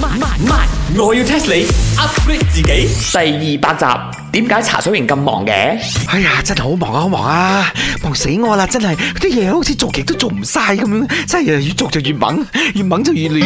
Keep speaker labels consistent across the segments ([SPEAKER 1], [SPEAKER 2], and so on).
[SPEAKER 1] 慢慢慢我要 test 你 upgrade 自己。第二百集，點解茶水榮咁忙嘅？
[SPEAKER 2] 哎呀，真係好忙啊，好忙啊，忙死我啦！真係啲嘢好似做極都做唔晒咁樣，真係越做就越猛，越猛就越亂，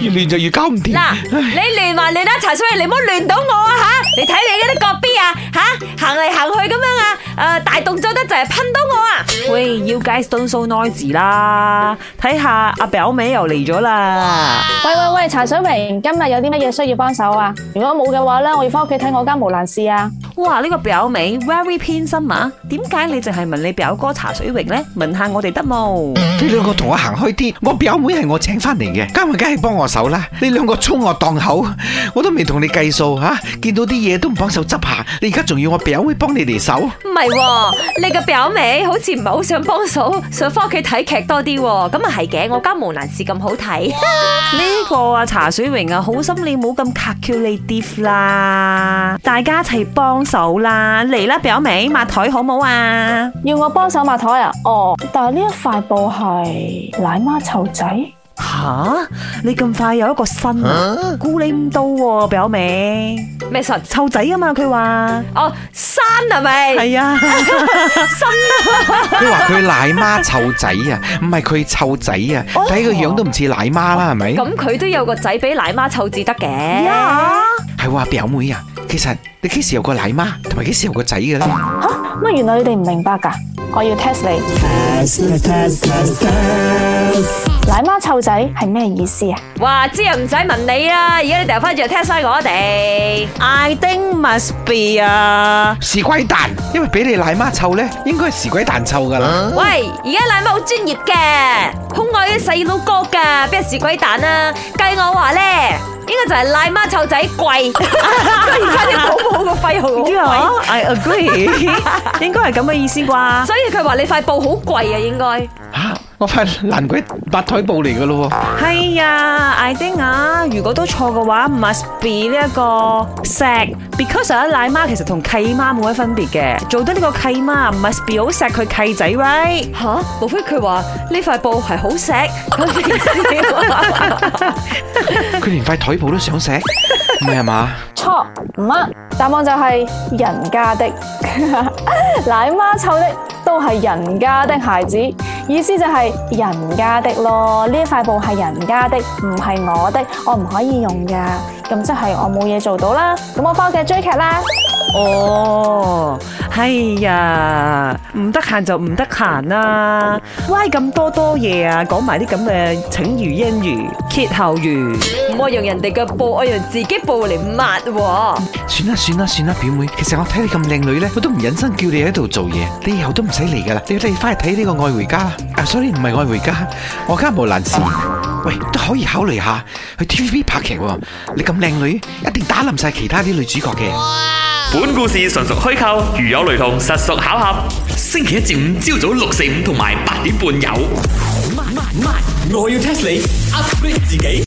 [SPEAKER 2] 越亂就越搞唔掂。
[SPEAKER 3] 嗱，你亂還亂啦，茶水你唔好亂到我啊吓！你睇你嗰啲角 B 啊
[SPEAKER 4] à,
[SPEAKER 3] 吓，行嚟行去咁樣啊，誒、
[SPEAKER 4] Ờ,
[SPEAKER 3] 大動作得就係噴到我啊！
[SPEAKER 4] 喂，You guys don't so noisy 啦！睇下阿表妹又嚟咗啦，
[SPEAKER 5] 喂喂喂，茶水榮，今日有啲乜嘢需要幫手啊？如果冇嘅話咧，我要翻屋企睇我間無難事啊！
[SPEAKER 4] 哇！呢、個表妹 very 偏心啊，點解你淨係問你表哥茶水榮呢？問下我哋得冇？
[SPEAKER 2] 你兩個同我行開啲，我表妹係我請翻嚟嘅，今日梗係幫我手啦。你兩個衝我檔口，我都未同你計數吓，見到啲嘢都唔幫手執下，你而家仲要我表妹幫你哋手？
[SPEAKER 3] 唔係喎，你個表妹好似唔係好想幫手，哦想翻屋企睇劇多啲喎。咁啊係嘅，我間無難事咁好睇。
[SPEAKER 4] 呢個啊茶水榮啊，好心你冇咁 calculative 啦，大家一齊幫手啦，嚟啦表妹抹台好冇啊？
[SPEAKER 5] 要我幫手抹台啊？哦，但係呢一塊布係奶媽湊仔，
[SPEAKER 4] 吓，你咁快有一個新啊？估你唔到喎，表妹
[SPEAKER 3] 咩神？
[SPEAKER 4] 湊仔啊嘛，佢話
[SPEAKER 3] 哦，山係咪？
[SPEAKER 4] 係啊。
[SPEAKER 2] 佢話佢奶媽湊仔啊，唔係佢湊仔啊，睇個樣都唔似奶媽啦，係咪？
[SPEAKER 3] 咁佢都有個仔俾奶媽湊至得嘅。
[SPEAKER 4] 呀
[SPEAKER 2] 係話表妹啊，其實你幾時有個奶媽，同埋幾時有個仔嘅咧？
[SPEAKER 5] 乜原來你哋唔明白噶？我要 test 你。奶媽湊仔係咩意思啊？
[SPEAKER 3] 哇，知啊，唔使問你啦。而家你掉翻轉嚟 test 翻我哋。
[SPEAKER 4] I think must be 啊！
[SPEAKER 2] 是鬼蛋，因為俾你奶媽湊咧，應該係是鬼蛋湊噶啦。
[SPEAKER 3] 喂，而家奶媽好專業嘅，好愛啲細佬哥噶，邊係屎鬼蛋啊？計我話咧，應該就係奶媽湊仔貴，而家啲寶寶個費好貴，
[SPEAKER 4] I agree，應該係咁嘅意思啩。
[SPEAKER 3] 所以佢話你塊布好貴啊，應該。
[SPEAKER 2] 吓，我塊爛鬼八台布嚟噶咯喎。
[SPEAKER 4] 係啊，I think 啊，如果都錯嘅話，must be 呢一個石，because 啊奶媽其實同契媽冇乜分別嘅，做得呢個契媽 must be 好錫佢契仔，right？
[SPEAKER 3] 吓，無非佢話呢塊布係好石，咁嘅意思。
[SPEAKER 2] 佢連塊台布都想食，唔係啊嘛？
[SPEAKER 5] 錯，唔啱，答案就係人家的 奶媽湊的都係人家的孩子，意思就係人家的咯。呢一塊布係人家的，唔係我的，我唔可以用噶。咁即係我冇嘢做到啦，咁我翻屋企追劇啦。
[SPEAKER 4] 哦，係呀，唔得閒就唔得閒啦，歪咁多多嘢啊，講埋啲咁嘅請如英語、歇後語。
[SPEAKER 3] 唔好用人哋嘅布，我用自己布嚟抹喎。
[SPEAKER 2] 算啦算啦算啦，表妹，其實我睇你咁靚女咧，我都唔忍心叫你喺度做嘢，你以後都唔使嚟噶啦，你你翻去睇呢個愛回家啦。啊，sorry，唔係愛回家，我家無難事。喂，都可以考慮下去 TVB 拍劇喎。你咁靚女，一定打冧晒其他啲女主角嘅。
[SPEAKER 6] 本故事純屬虛構，如有雷同，實屬巧合。星期一至五朝早六四五同埋八點半有。
[SPEAKER 1] 慢慢慢我要 test 你 upgrade 自己。